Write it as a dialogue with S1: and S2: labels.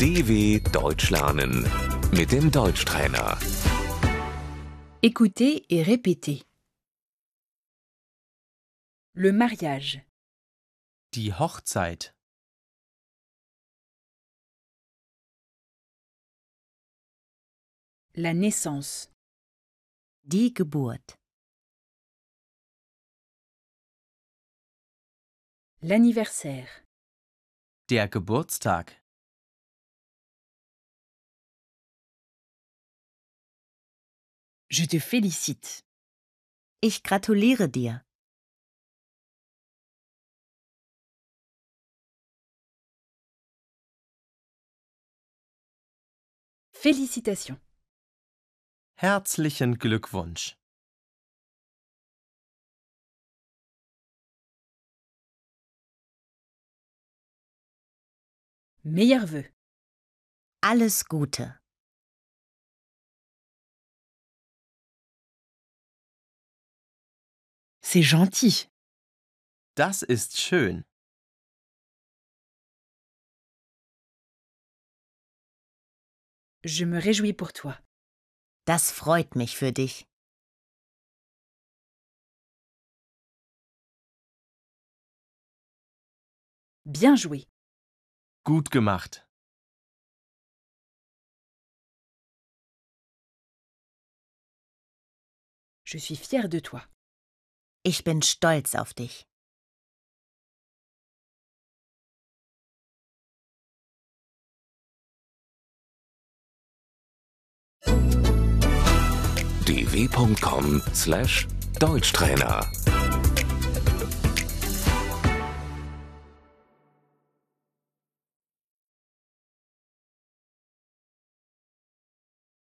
S1: DW Deutsch lernen mit dem Deutschtrainer.
S2: Écoutez et répétez. Le mariage,
S3: Die Hochzeit.
S2: la naissance. Die Geburt. L'anniversaire,
S3: Der Geburtstag.
S2: je te félicite. Ich gratuliere dir. Félicitations.
S3: Herzlichen Glückwunsch.
S2: Meilleurs vœux. Alles Gute. C'est gentil.
S3: Das ist schön.
S2: Je me réjouis pour toi.
S4: Das freut mich für dich.
S2: Bien joué.
S3: Gut gemacht.
S2: Je suis fière de toi.
S4: Ich bin stolz auf dich.
S1: dw.com/deutschtrainer